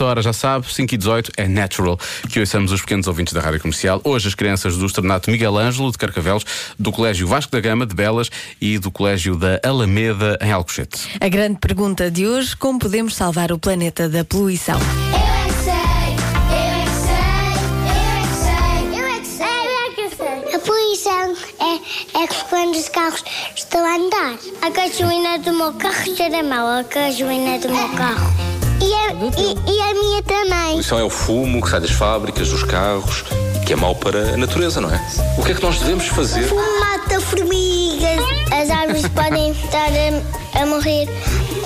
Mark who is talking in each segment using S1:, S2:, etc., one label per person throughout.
S1: Ora, já sabe, 5 e 18 é natural que ouçamos os pequenos ouvintes da rádio comercial. Hoje, as crianças do Externato Miguel Ângelo de Carcavelos, do Colégio Vasco da Gama de Belas e do Colégio da Alameda em Alcochete.
S2: A grande pergunta de hoje: como podemos salvar o planeta da poluição?
S3: Eu é que sei, eu é que sei, eu é que sei, eu é que sei, eu é que sei. A poluição é, é que quando os carros estão a andar. A gasolina do meu carro cheira mal, a gasolina do meu carro. E a, e, e a minha também.
S4: poluição é o fumo que sai das fábricas, dos carros, que é mau para a natureza, não é? O que é que nós devemos fazer?
S3: Fumo mata formigas. As árvores podem estar a, a morrer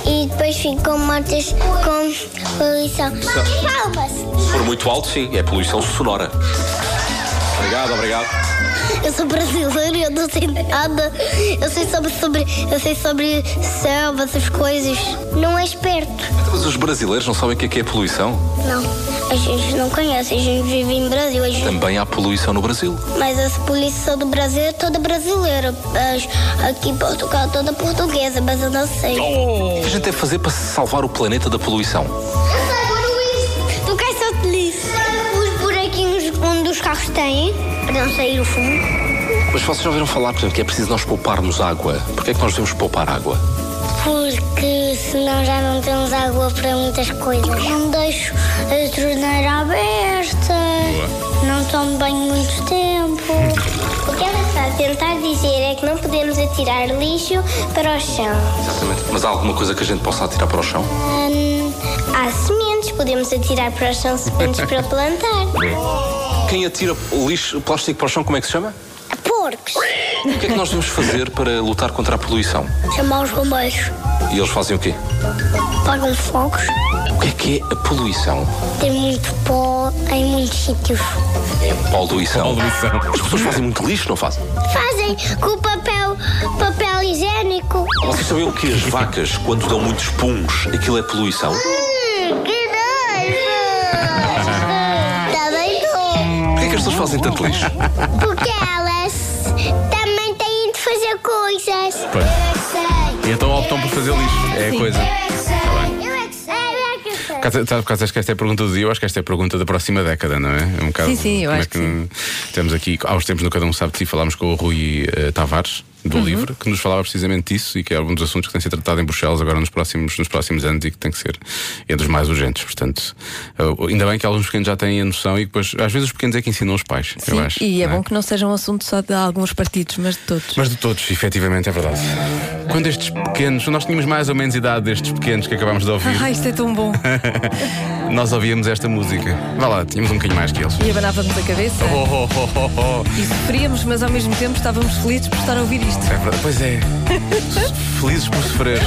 S3: e depois ficam mortas com poluição. Palmas!
S4: Se for muito alto, sim, é poluição sonora. Obrigado, obrigado.
S3: Eu sou brasileiro e eu não sei nada. Eu sei sobre, sobre, eu sei sobre selva, essas coisas. Não é esperto.
S4: Então, Mas os brasileiros não sabem o que é que é poluição.
S3: Não. A gente não conhece, a gente vive em Brasil. a gente-
S4: Também há poluição no Brasil.
S3: Mas a polícia do Brasil é toda brasileira. Mas aqui em Portugal é toda portuguesa, mas eu não sei.
S4: O que a gente deve fazer para salvar o planeta da poluição?
S3: é Tu queres ser feliz? Os buraquinhos onde os carros têm, para não sair o fumo.
S4: Mas vocês já ouviram falar, por exemplo, que é preciso nós pouparmos água. Porquê é que nós devemos poupar água?
S3: Porque senão já não temos água para muitas coisas. Não deixo a torneira aberta. Não tomo banho muito tempo. O que ela está a tentar dizer é que não podemos atirar lixo para o chão.
S4: Exatamente. Mas há alguma coisa que a gente possa atirar para o chão?
S3: Hum, há sementes, podemos atirar para o chão sementes para plantar.
S4: Quem atira lixo, plástico para o chão, como é que se chama?
S3: Porcos.
S4: O que é que nós devemos fazer para lutar contra a poluição?
S3: Chamar os bombeiros.
S4: E eles fazem o quê?
S3: Pagam fogos.
S4: O que é que é a poluição?
S3: Tem muito pó em muitos sítios.
S4: Poluição.
S1: Poluição.
S4: As pessoas fazem muito lixo, não fazem?
S3: Fazem com papel, papel higiênico.
S4: Vocês sabiam que as vacas, quando dão muitos puns, aquilo é poluição?
S3: Hum, que nojo! também dou.
S4: Porquê é que as pessoas fazem tanto lixo?
S3: Porque elas também têm de fazer coisas.
S1: Pois.
S3: Eu
S1: E então optam por fazer lixo. É a coisa.
S3: é que sei. Eu é que sei. Eu é que sei.
S1: Por causa- Sabe por causa que esta é a pergunta do dia? Eu acho que esta é a pergunta da próxima década, não é? É um bocado.
S2: Sim, sim, eu
S1: como
S2: acho que sim.
S1: Temos aqui, há uns tempos no Cada Um Sabe de Si, falámos com o Rui eh, Tavares, do
S2: Uhum.
S1: Livre, que nos falava precisamente disso e que é algum dos assuntos que tem sido tratado em Bruxelas agora nos próximos, nos próximos anos e que tem que ser entre os mais urgentes. Portanto, eh, ainda bem que alguns pequenos já têm a noção e depois, às vezes, os pequenos é que ensinam os pais, eu
S2: Sim,
S1: acho.
S2: e é
S1: não
S2: bom que não seja um assunto só de alguns partidos, mas de todos.
S1: mas de todos, efetivamente, é verdade. Quando estes pequenos, nós tínhamos mais ou menos idade destes pequenos que acabámos de ouvir,
S2: Ah, isto é tão bom!
S1: nós ouvíamos esta música. Vá lá, tínhamos um bocadinho mais que eles.
S2: E abanávamos a cabeça
S1: Oh, oh, oh, oh, oh.
S2: e sofríamos, mas ao mesmo tempo estávamos felizes por estar a ouvir isto.
S1: É verdade, Pois é. Felizes por sofrer.